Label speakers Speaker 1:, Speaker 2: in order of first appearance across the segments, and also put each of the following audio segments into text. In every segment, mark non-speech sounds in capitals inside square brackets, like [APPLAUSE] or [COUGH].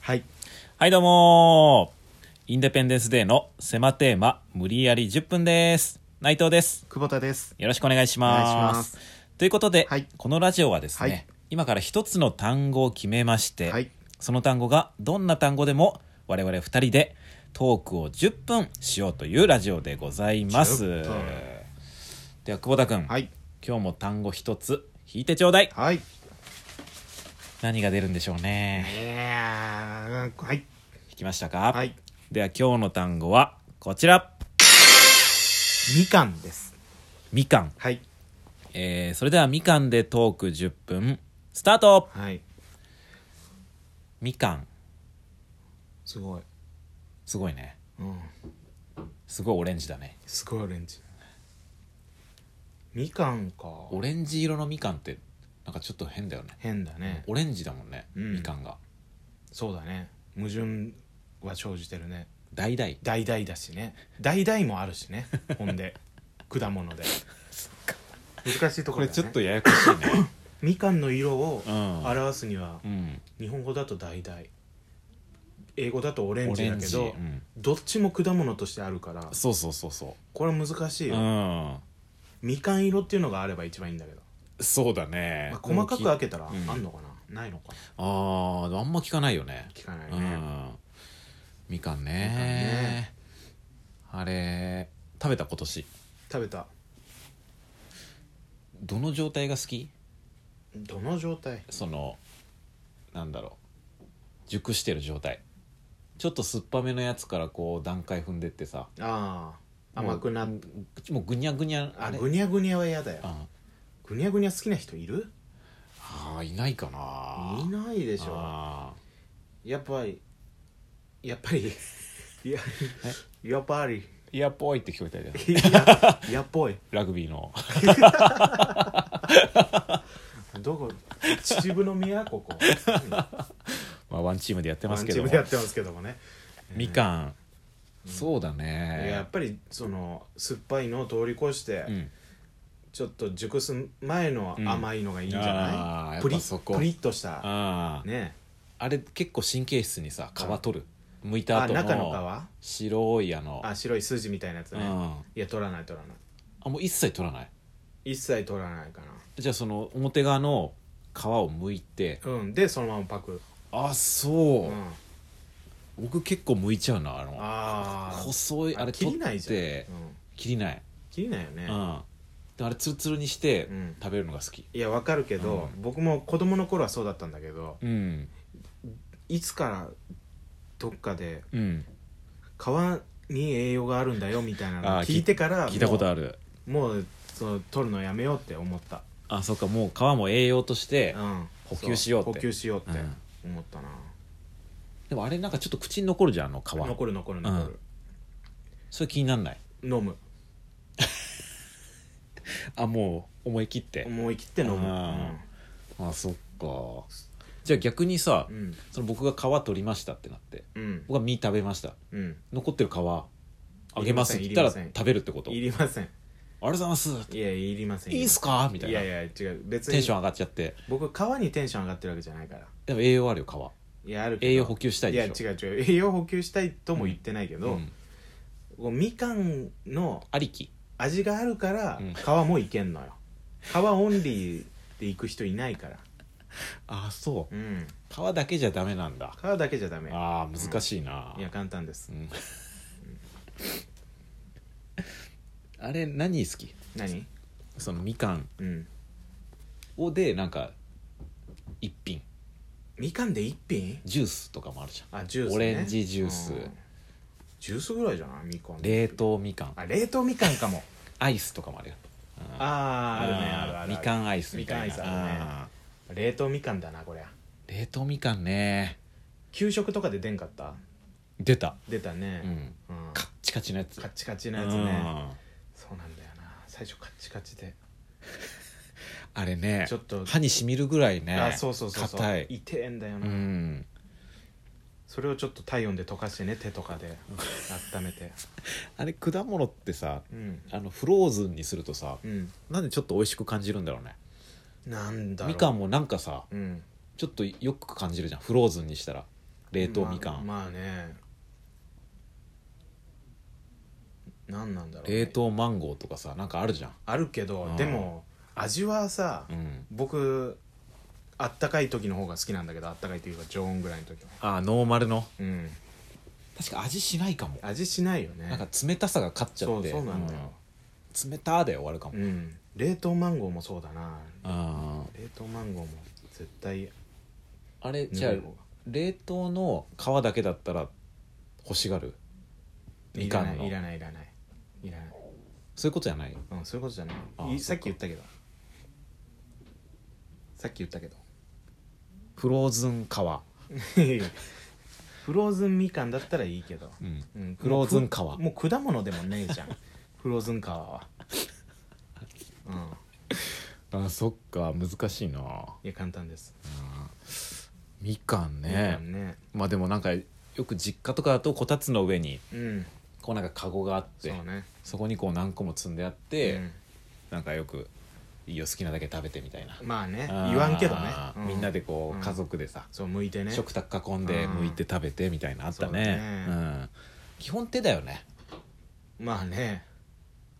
Speaker 1: はい
Speaker 2: はいどうもーインデペンデンスデーの狭テーマ無理やり10分です内藤です
Speaker 1: 久保田です
Speaker 2: よろしくお願いします
Speaker 1: お願いします
Speaker 2: ということで、
Speaker 1: はい
Speaker 2: このラジオはですね、
Speaker 1: はい
Speaker 2: 今から一つの単語を決めまして、
Speaker 1: はい
Speaker 2: その単語がどんな単語でも我々2人でトークを10分しようというラジオでございます
Speaker 1: 10分
Speaker 2: では久保田君、
Speaker 1: はい
Speaker 2: 今日も単語一つ引いてちょうだい
Speaker 1: はい
Speaker 2: 何が出るんでしょうね
Speaker 1: えーはい
Speaker 2: 引きましたか、
Speaker 1: はい
Speaker 2: では今日の単語はこちら
Speaker 1: みかんです
Speaker 2: みかん、
Speaker 1: はい
Speaker 2: えーそれではみかんでトーク10分スタート
Speaker 1: はい
Speaker 2: みかん
Speaker 1: すごい
Speaker 2: すごいね
Speaker 1: うん
Speaker 2: すごいオレンジだね
Speaker 1: すごいオレンジみかんか
Speaker 2: オレンジ色のみかんってなんかちょっと変だよね
Speaker 1: 変だね
Speaker 2: オレンジだもんね、
Speaker 1: うん
Speaker 2: みかんが
Speaker 1: そうだね矛盾は生じてるね
Speaker 2: 大々
Speaker 1: 大々だしね大々もあるしねほん [LAUGHS] で果物で難しいところ
Speaker 2: これ
Speaker 1: だ、ね、
Speaker 2: ちょっとややこしいね
Speaker 1: みかんの色を
Speaker 2: うん
Speaker 1: 表すには
Speaker 2: うん
Speaker 1: 日本語だと大々英語だとオレン
Speaker 2: オ
Speaker 1: ジ
Speaker 2: レ
Speaker 1: だ
Speaker 2: ン
Speaker 1: け
Speaker 2: ジ、
Speaker 1: ど、
Speaker 2: うん
Speaker 1: どっちも果物としてあるから
Speaker 2: そうそうそうそ
Speaker 1: これは難しいうよ、
Speaker 2: うん
Speaker 1: みかん色っていうのがあれば一番いいんだけど、
Speaker 2: そうだね、
Speaker 1: まあ、細かく開けたら
Speaker 2: うん
Speaker 1: あんのかな、ないのかな
Speaker 2: あーあんま聞かないよね
Speaker 1: 聞かないうね、
Speaker 2: んみか
Speaker 1: みか
Speaker 2: んね
Speaker 1: んね
Speaker 2: あれ食べた今年
Speaker 1: 食べた
Speaker 2: どの状態が好き
Speaker 1: どの状態
Speaker 2: そのなんだろう熟してる状態ちょっと酸っぱめのやつからこう段階踏んでってさ
Speaker 1: ああ甘くなっ
Speaker 2: もうもうぐにゃぐにゃ
Speaker 1: あ
Speaker 2: れ
Speaker 1: ぐにゃぐにゃは嫌だよ
Speaker 2: あ
Speaker 1: ぐにゃぐにゃ好きな人いる
Speaker 2: あーいないかない
Speaker 1: ないでしょ
Speaker 2: あ
Speaker 1: やっぱりやっぱりいややっぱり
Speaker 2: ーいやっぽいって聞こえたじゃん
Speaker 1: いややっぽい
Speaker 2: ラグビーの [LAUGHS]
Speaker 1: どこ秩父宮ここ
Speaker 2: まあワンチームでやってますけ
Speaker 1: 自
Speaker 2: ど
Speaker 1: 分
Speaker 2: も
Speaker 1: でやってますけどもね
Speaker 2: みかん、そうだね
Speaker 1: やっぱりその酸っぱいのを通り越して、
Speaker 2: うん
Speaker 1: ちょっと熟す前の甘いのがいいんじゃ
Speaker 2: うんあ
Speaker 1: な
Speaker 2: ー
Speaker 1: い、
Speaker 2: やっぱ
Speaker 1: プリ
Speaker 2: そこ
Speaker 1: プリッとした
Speaker 2: ああ
Speaker 1: ね
Speaker 2: あれ結構神経質にさ皮取る剥いた
Speaker 1: あ
Speaker 2: 後
Speaker 1: 中の
Speaker 2: の
Speaker 1: 皮
Speaker 2: 白いあの
Speaker 1: あ白い筋みたいなやつ
Speaker 2: う
Speaker 1: ね、
Speaker 2: ん
Speaker 1: い
Speaker 2: あ
Speaker 1: や取らない取らない
Speaker 2: もう一切取らない
Speaker 1: 一切取らないか
Speaker 2: じゃあその表側の皮を剥いて
Speaker 1: なうんでそのままパク
Speaker 2: あ
Speaker 1: う
Speaker 2: そ
Speaker 1: ん
Speaker 2: う、僕結構剥いちゃうなあの
Speaker 1: あー
Speaker 2: 細いあれ
Speaker 1: 切
Speaker 2: 取
Speaker 1: りない
Speaker 2: っ
Speaker 1: じゃん、うん
Speaker 2: て、切りない
Speaker 1: 切りないよね、
Speaker 2: うんでもあれツルツルにして
Speaker 1: うん
Speaker 2: 食べるのが好き
Speaker 1: いやわかるけど、
Speaker 2: う
Speaker 1: 僕も子供の頃はそうだったんだけど
Speaker 2: うん
Speaker 1: いつからどっかで
Speaker 2: うん
Speaker 1: 皮に栄養があるんだよみたいなの
Speaker 2: あー
Speaker 1: 聞いてから
Speaker 2: 聞いたことある
Speaker 1: もうもうその取るのやめようって思った、
Speaker 2: あそっかもう皮も栄養として
Speaker 1: うん、
Speaker 2: 補給しようって
Speaker 1: そ補給しようって
Speaker 2: うん
Speaker 1: 思ったな、
Speaker 2: でもあれなんかちょっと口に残るじゃんあの皮
Speaker 1: 残る残る残る、
Speaker 2: それ気になんない
Speaker 1: 飲む
Speaker 2: あもう思い切って
Speaker 1: 思い切って飲む
Speaker 2: ああそっかじゃあ逆にさ、
Speaker 1: うんうん
Speaker 2: その僕が皮取りましたってなって
Speaker 1: うん
Speaker 2: 僕は身食べました
Speaker 1: うん
Speaker 2: 残ってる皮あげますって言ったら
Speaker 1: いりませんいりません
Speaker 2: 食べるってことあ
Speaker 1: い
Speaker 2: り
Speaker 1: りません
Speaker 2: がとうございます
Speaker 1: いやいりません
Speaker 2: いいっすかみたい
Speaker 1: い
Speaker 2: な
Speaker 1: やいや違う別に
Speaker 2: テンション上がっちゃって
Speaker 1: 僕皮にテンション上がってるわけじゃないから
Speaker 2: でも栄養あるよ皮
Speaker 1: いやあるけど
Speaker 2: 栄養補給したい
Speaker 1: いや
Speaker 2: でしょ
Speaker 1: 違う違う栄養補給したいとも言ってないけど、
Speaker 2: うん
Speaker 1: こうみかんの
Speaker 2: ありき
Speaker 1: 味があるから
Speaker 2: うん
Speaker 1: 皮もいけんのよ皮オンリーで行く人いないから
Speaker 2: あそ
Speaker 1: うん
Speaker 2: う皮だけじゃダメなんだ
Speaker 1: 皮だけじゃダメ
Speaker 2: あー難しいない
Speaker 1: や簡単です
Speaker 2: うんあれ何好き
Speaker 1: 何
Speaker 2: そのみかん
Speaker 1: うん
Speaker 2: をでなんか一品
Speaker 1: みかんで一品
Speaker 2: ジュースとかもあるじゃん
Speaker 1: あジュース、ね、
Speaker 2: オレンジジュース
Speaker 1: うんジュースぐらいじゃないみかん
Speaker 2: 冷凍みかん
Speaker 1: あ冷凍みかんかも
Speaker 2: アイスとかもあるよ
Speaker 1: あーあるねあるある
Speaker 2: みか
Speaker 1: ん
Speaker 2: んアイスみたいな
Speaker 1: みかんアイスあるね
Speaker 2: あ
Speaker 1: 冷凍みかんだなこりゃ
Speaker 2: ー冷凍みかんね
Speaker 1: 給食とかで出んかった
Speaker 2: 出た
Speaker 1: 出た
Speaker 2: う
Speaker 1: ね、
Speaker 2: ん
Speaker 1: うん
Speaker 2: カッチカチのやつ
Speaker 1: カッチカチのやつ
Speaker 2: うん
Speaker 1: ねそうなんだよな最初カッチカチで
Speaker 2: あれね
Speaker 1: ちょっと
Speaker 2: 歯にしみるぐらいね
Speaker 1: あそうそうそうそう
Speaker 2: 硬い
Speaker 1: 痛えんだよ
Speaker 2: う
Speaker 1: な、
Speaker 2: ん
Speaker 1: それをちょっと体温で溶かしてね手とかで温めて
Speaker 2: あれ果物ってさ
Speaker 1: うん
Speaker 2: あのフローズンにするとさ
Speaker 1: うん
Speaker 2: なんでちょっと美味しく感じるんだろうね
Speaker 1: なんだろう
Speaker 2: みか
Speaker 1: も
Speaker 2: んもなんかさ
Speaker 1: うん
Speaker 2: ちょっとよく感じるじゃんフローズンにしたら冷凍みかん、
Speaker 1: まあ、まあね何なんだろうね、
Speaker 2: 冷凍マンゴーとかさなんかあるじゃん
Speaker 1: あるけど
Speaker 2: うん
Speaker 1: でも味はさ、
Speaker 2: うん
Speaker 1: 僕あったかい時の方が好きなんだけどあったかいというか常温ぐらいの時は
Speaker 2: ああノーマルの
Speaker 1: うん
Speaker 2: 確か味しないかも
Speaker 1: 味しないよね
Speaker 2: なんか冷たさが勝っちゃって
Speaker 1: そうそうなんだよ
Speaker 2: うん冷たーで終わるかも、
Speaker 1: うん冷凍マンゴーもそうだな
Speaker 2: あ
Speaker 1: 冷凍マンゴーも絶対
Speaker 2: ーあれじゃあ
Speaker 1: ぬるい方が
Speaker 2: 冷凍の皮だけだったら欲しがるみ
Speaker 1: い
Speaker 2: からん
Speaker 1: な
Speaker 2: の
Speaker 1: いいらないいらないいらない、
Speaker 2: そういうことじゃない
Speaker 1: うん、そういうことじゃな
Speaker 2: あ
Speaker 1: いい
Speaker 2: そ
Speaker 1: さ
Speaker 2: っか
Speaker 1: っき言ったけどさっき言ったけど
Speaker 2: フローズン皮、
Speaker 1: [LAUGHS] フローズンみかんだったらいいけど、
Speaker 2: うん、
Speaker 1: うん
Speaker 2: [LAUGHS] フローズ
Speaker 1: もう
Speaker 2: ン皮
Speaker 1: くもう果物でもねえ
Speaker 2: [LAUGHS]
Speaker 1: じゃんフローズン皮はうん
Speaker 2: あそっか難しいない
Speaker 1: や簡単です
Speaker 2: みかん
Speaker 1: み
Speaker 2: ね
Speaker 1: かんね
Speaker 2: まあでもなんかよく実家とかだとこたつの上に
Speaker 1: うん
Speaker 2: こうなんかカゴがあっ
Speaker 1: そ
Speaker 2: て
Speaker 1: う
Speaker 2: そ,、
Speaker 1: ね
Speaker 2: こにこう何個も積んであって、
Speaker 1: うん
Speaker 2: なんかよく「いいよ好きなだけ食べて」みたいな
Speaker 1: まあね
Speaker 2: あー
Speaker 1: [LAUGHS] 言わんけどね、う
Speaker 2: みんなでこ
Speaker 1: うん
Speaker 2: う家族でさ、
Speaker 1: そう向いてね
Speaker 2: 食卓囲んで
Speaker 1: うん
Speaker 2: 剥いて食べてみたいなあったね
Speaker 1: そう
Speaker 2: う
Speaker 1: だ
Speaker 2: ん、基本手だよね
Speaker 1: まあね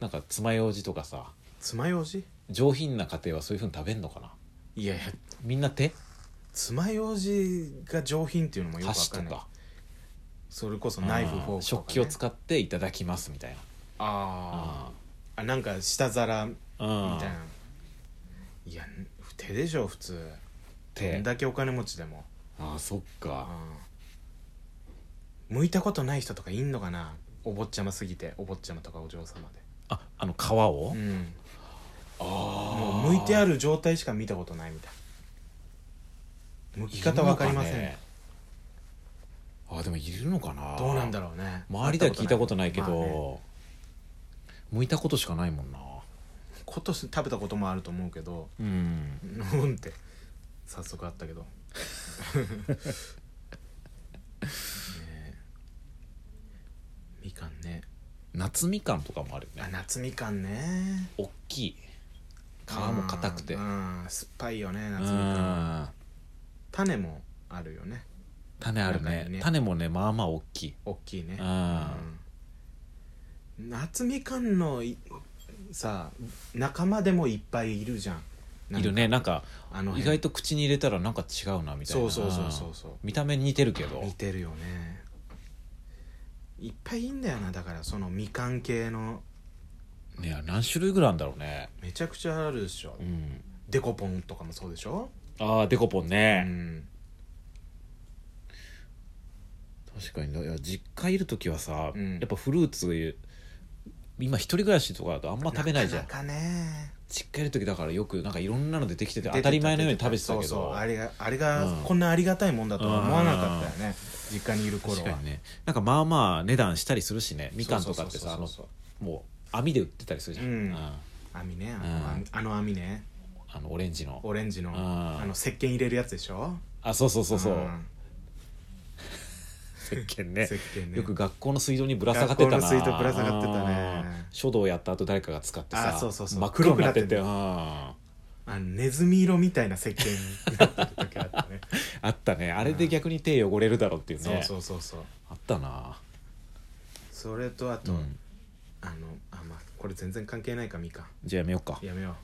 Speaker 2: なんか爪楊枝とかさ
Speaker 1: 爪楊枝
Speaker 2: 上品な家庭はそういうふうに食べんのかない
Speaker 1: やいや
Speaker 2: みんな手
Speaker 1: 爪楊枝が上品っていうのもよくわ
Speaker 2: 箸
Speaker 1: か
Speaker 2: と
Speaker 1: んない
Speaker 2: か
Speaker 1: それこそナイフフォークとかね、
Speaker 2: うん食器を使っていただきますみたいな
Speaker 1: あーあなんか下皿み
Speaker 2: うん
Speaker 1: たいな、いや手でしょ普通ど
Speaker 2: 手
Speaker 1: んだけお金持ちでも
Speaker 2: ああそっか
Speaker 1: うん向いたことない人とかいんのかなお坊ちゃますぎてお坊ちゃまとかお嬢様
Speaker 2: ああの皮を、
Speaker 1: でうん
Speaker 2: あ
Speaker 1: もう向いてある状態しか見たことないみたい向き方わかりません
Speaker 2: いるのねあでもいるのかな
Speaker 1: どうなんだろうね
Speaker 2: 周りでは聞いたことないけど、
Speaker 1: まあね
Speaker 2: 向いたことしかないもんな
Speaker 1: ことし食べたこともあると思うけど
Speaker 2: うん
Speaker 1: うんって早速あったけどねえみかんね
Speaker 2: 夏みかんとかもあるよ
Speaker 1: あ
Speaker 2: ね
Speaker 1: 夏みかんね
Speaker 2: 大きい皮も硬くて
Speaker 1: う
Speaker 2: うんん
Speaker 1: うん酸っぱいよね夏みかん種もあるよね
Speaker 2: 種ある
Speaker 1: 中
Speaker 2: ね
Speaker 1: にね
Speaker 2: 種もねまあまあ大きい
Speaker 1: 大きいね
Speaker 2: あ
Speaker 1: うん夏みかんのいさ仲間でもいっぱいいるじゃんなん
Speaker 2: い
Speaker 1: か
Speaker 2: るねなんか
Speaker 1: あの
Speaker 2: 意
Speaker 1: 辺
Speaker 2: 外と口に入れたらなんか違うなみたいな
Speaker 1: そうそうそうそうそう
Speaker 2: 見た目似てるけど
Speaker 1: 似てるよねいっぱいいんだよなだからそのみかん系の
Speaker 2: いや何種類ぐらいあるんだろうね
Speaker 1: めちゃくちゃあるでしょ、
Speaker 2: うん
Speaker 1: デコポンとかもそうでしょ、
Speaker 2: ああデコポン
Speaker 1: う
Speaker 2: ね、
Speaker 1: ん、
Speaker 2: 確かにないや実家いる時はさ、
Speaker 1: うん
Speaker 2: やっぱフルーツ今一人暮らしとかだとあんま食べないじゃん
Speaker 1: なかなかね
Speaker 2: 実家いる時だからよくなんかいろんなの出てきてて当たり前のように食べてた
Speaker 1: そ
Speaker 2: けど
Speaker 1: うそうあれがあれが
Speaker 2: うん
Speaker 1: こんなありがたいもんだとは思わなかったよね実家にいる頃
Speaker 2: 確か
Speaker 1: は
Speaker 2: にねなんかまあまあ値段したりするしねみかんとかってさあ
Speaker 1: そう
Speaker 2: の
Speaker 1: そうそうそう
Speaker 2: もう網で売ってたりするじゃん、
Speaker 1: うん
Speaker 2: あ
Speaker 1: 網ねあ
Speaker 2: うん
Speaker 1: の網,、あの網ね
Speaker 2: あのオレンジの
Speaker 1: オレンジの
Speaker 2: あー
Speaker 1: あの石鹸入れるやつでしょ
Speaker 2: あそうそうそうそう、
Speaker 1: ん
Speaker 2: 石鹸ね
Speaker 1: 石鹸ね
Speaker 2: よく学校の水道にぶら下がってたな
Speaker 1: 学校の水道ぶら下がってたね
Speaker 2: うん書道やった後誰かが使ってさ
Speaker 1: あそうそうそう
Speaker 2: 真っ黒になってて
Speaker 1: 黒
Speaker 2: うん
Speaker 1: あのネズミ色みたいな石鹸になってる時あったね
Speaker 2: あった [LAUGHS] ねあれで逆に手汚れるだろうっていうね、
Speaker 1: そうそうそうそう
Speaker 2: あったな
Speaker 1: それとあと、
Speaker 2: うん
Speaker 1: あのあまあこれ全然関係ないかみか
Speaker 2: じゃあやめようか
Speaker 1: んやめよ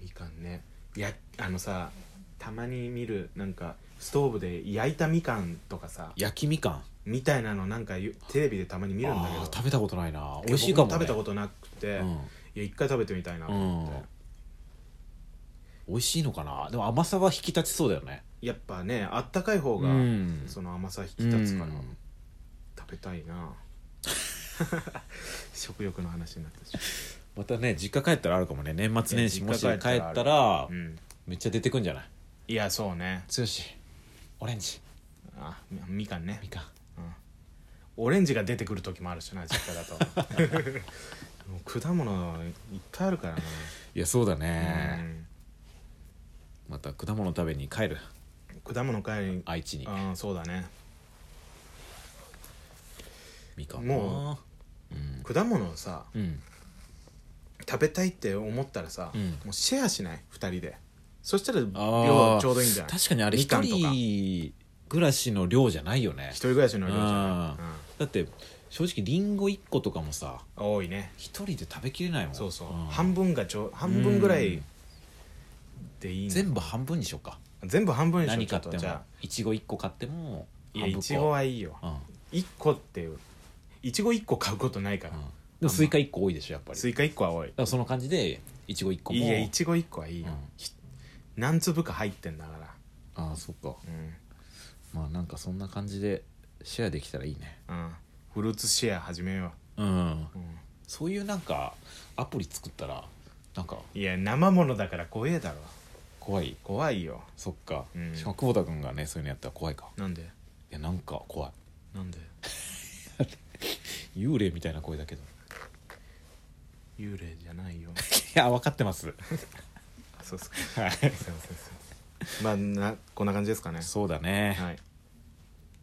Speaker 1: うみかんねいやあのさたまに見るなんかストーブで焼いたみかんとかさ
Speaker 2: 焼きみかん
Speaker 1: みたいなのなんかよテレビでたまに見るんだけ
Speaker 2: あ
Speaker 1: ど
Speaker 2: ー食べたことないな美味しいかも、
Speaker 1: 僕
Speaker 2: ね、
Speaker 1: 食べたことなくて、
Speaker 2: うん
Speaker 1: いや一回食べてみたいなと思って、
Speaker 2: 美味しいのかなでも甘さは引き立ちそうだよね
Speaker 1: やっぱねあったかい方が、
Speaker 2: うん
Speaker 1: その甘さ引き立つから、
Speaker 2: うん
Speaker 1: 食べたい
Speaker 2: [LAUGHS]
Speaker 1: な食欲の話になってしま
Speaker 2: またね実家帰ったらあるかもね年末年始
Speaker 1: いや
Speaker 2: もし帰
Speaker 1: 実家
Speaker 2: っ
Speaker 1: 帰ったら
Speaker 2: たら、
Speaker 1: う、うん、
Speaker 2: めっちゃ出てくんじゃない
Speaker 1: いやそうね
Speaker 2: 剛オレンジ
Speaker 1: あみみかんね
Speaker 2: みかん
Speaker 1: オレンジが出てくる時もあるしな実家だと
Speaker 2: [LAUGHS]
Speaker 1: もう果物いっぱいあるからない
Speaker 2: やそうだ、
Speaker 1: う
Speaker 2: ね、
Speaker 1: ん
Speaker 2: また果物食べに帰る
Speaker 1: 果物帰り
Speaker 2: 愛知に
Speaker 1: あそうだね
Speaker 2: みかん
Speaker 1: も果物をさ
Speaker 2: ううん
Speaker 1: 食べたいって思ったらさ、
Speaker 2: うん
Speaker 1: もうシェアしない2人でそしたら量
Speaker 2: あー
Speaker 1: ちょうどいいんじゃない
Speaker 2: 確かにあれ
Speaker 1: み
Speaker 2: 一
Speaker 1: かんとか一
Speaker 2: 人暮らしの量じゃないよね
Speaker 1: 人暮らしの量じゃない、
Speaker 2: だって正直りんご1個とかもさ
Speaker 1: うん、多いね
Speaker 2: 一人で食べきれないもん
Speaker 1: そうそう、
Speaker 2: ん
Speaker 1: 半分がちょ半分ぐら
Speaker 2: う
Speaker 1: い
Speaker 2: ん
Speaker 1: でいいの
Speaker 2: 全部半分にしようか
Speaker 1: 全部半分にしよう
Speaker 2: 何
Speaker 1: ちょ
Speaker 2: 買
Speaker 1: っ
Speaker 2: っ
Speaker 1: と
Speaker 2: て
Speaker 1: じ
Speaker 2: も
Speaker 1: ゃあ
Speaker 2: いちご1個買っても
Speaker 1: いや
Speaker 2: 半分
Speaker 1: い
Speaker 2: こ
Speaker 1: ちごはいいよ
Speaker 2: うんうん
Speaker 1: 1個っていういちご1個買うことないから、
Speaker 2: でもスイカ1個多いでしょやっぱり
Speaker 1: スイカ1個は多い
Speaker 2: だからその感じでいちご1個も
Speaker 1: いやいちご1個はいいよ、
Speaker 2: うん
Speaker 1: ひ何粒か入ってんだから
Speaker 2: ああそっか
Speaker 1: うん、
Speaker 2: まあなんかそんな感じでシェアできたらいいね
Speaker 1: うん、フルーツシェア始めよ
Speaker 2: うん
Speaker 1: う、うん
Speaker 2: そういうなんかアプリ作ったらなんか
Speaker 1: いや生ものだから怖えだろ
Speaker 2: 怖い
Speaker 1: 怖いよ
Speaker 2: そっか、
Speaker 1: うん
Speaker 2: しかも久保田君がねそういうのやったら怖いか
Speaker 1: なんで
Speaker 2: いやなんか怖い
Speaker 1: なんで
Speaker 2: 幽霊みたいな声だけど
Speaker 1: 幽霊じゃない
Speaker 2: [LAUGHS]
Speaker 1: よ
Speaker 2: いや分かってます
Speaker 1: あそうっすか
Speaker 2: はい
Speaker 1: すいませんすいませんまあなこんな感じですかね
Speaker 2: そうだね、
Speaker 1: [LAUGHS] はい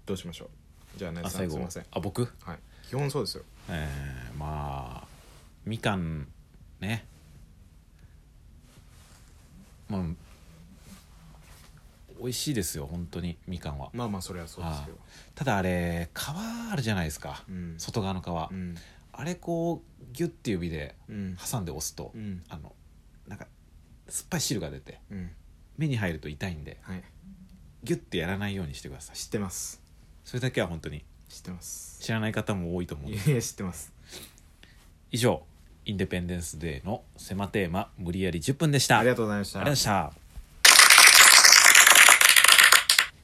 Speaker 1: どうしましょうじゃあね
Speaker 2: あ
Speaker 1: さん
Speaker 2: 最
Speaker 1: す
Speaker 2: 後
Speaker 1: いません
Speaker 2: あ僕
Speaker 1: はい基本そうですよ
Speaker 2: えー、まあみかんねまあ美味しいですよ本当にみかんは
Speaker 1: まあまあそれはそうですけど
Speaker 2: ただあれ皮あるじゃないですか、
Speaker 1: うん
Speaker 2: 外側の皮、
Speaker 1: うん
Speaker 2: あれこうギュッて指で
Speaker 1: うん
Speaker 2: 挟んで押すと、
Speaker 1: うん
Speaker 2: あのなんか酸っぱい汁が出て
Speaker 1: うん
Speaker 2: 目に入ると痛いんで
Speaker 1: はい
Speaker 2: ギュッてやらないようにしてください
Speaker 1: 知ってます
Speaker 2: それだけは本当に
Speaker 1: 知ってます
Speaker 2: 知らない方も多いと思う
Speaker 1: い
Speaker 2: ん
Speaker 1: や
Speaker 2: で
Speaker 1: いや知ってます
Speaker 2: 以上インデペンデンスデーの狭テーマ無理やり10分でした
Speaker 1: ありがとうございまし
Speaker 2: あ
Speaker 1: た
Speaker 2: りがとうございました